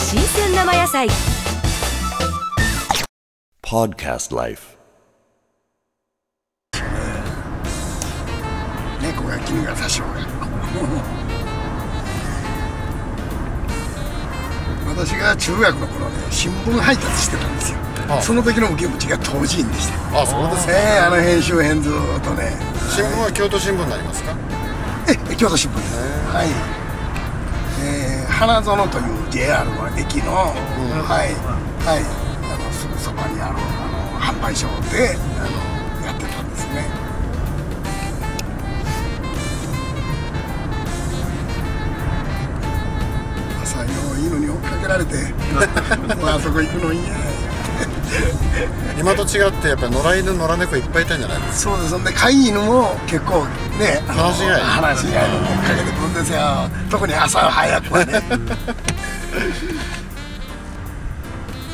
生野菜 Podcast Life. 猫が君が多少が 私が中学の頃ね新聞配達してたんですよその時の受け口が当時員でしたあ、そうですか。ええあの編集編ずーっとね新聞は京都新聞になりますか。ええ京都新聞ですはい、えー、花園という JR の駅の、はいはいあのすぐそばにあるあの販売所であのやってたんですね朝よう犬に追っかけられて もうあそこ行くのいいや今と違って、やっぱり野良犬、野良猫いっぱいいたんじゃないですそうですそんで飼い犬も結構ねあの話し合い話し合いの追っかけてくるんですよ特に朝早くはねか。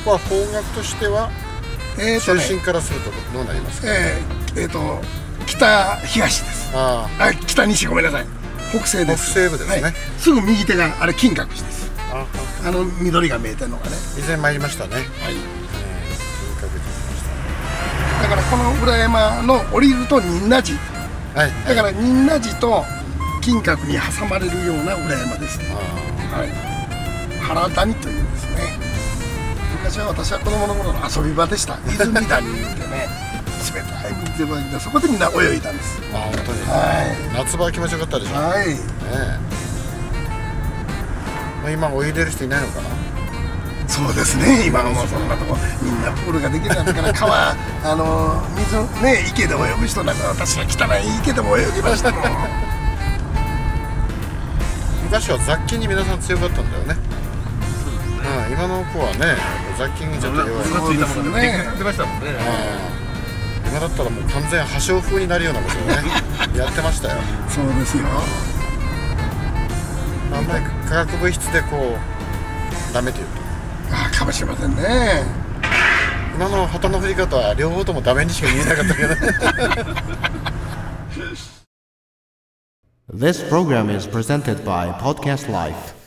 まあ、方角としては、えーと中ね心からすると、どうなりますか。えー、えーと北東ですああ北西ごめんなさい北西です北西部ですねはい、すぐ右手があれ金閣寺ですあ、あああの緑が見えてるのがね以前参りましたね。はい金閣寺に行きましだからこの裏山の降りると仁和寺た。はい。だから仁和寺と金閣に挟まれるような裏山です、はい、原谷というですね昔は私は子供の頃の遊び場でした泉谷ってね 冷たい水場でそこでみんな泳いだんですあー、本当に。は夏場は気持ちよかったでしいょう。ねはいえ。まあ今、お湯入れる人いないのかな。そうですね今のもそんなとこみんなプールができるんですから川あの水ね池でも泳ぐ人なんか私は汚い池でも泳ぎましたもん 昔は雑菌に皆さん強かったんだよね。うん、今の子はね、雑菌にちょっと弱い。そうですね出ましたもんね。今だったらもう完全破傷風になるようなことをね やってましたよそうですよあんまり化学物質でこうダメというとあかもしれませんね今の旗の振り方は両方ともダメにしか見えなかったけど This program is presented by Podcast Life.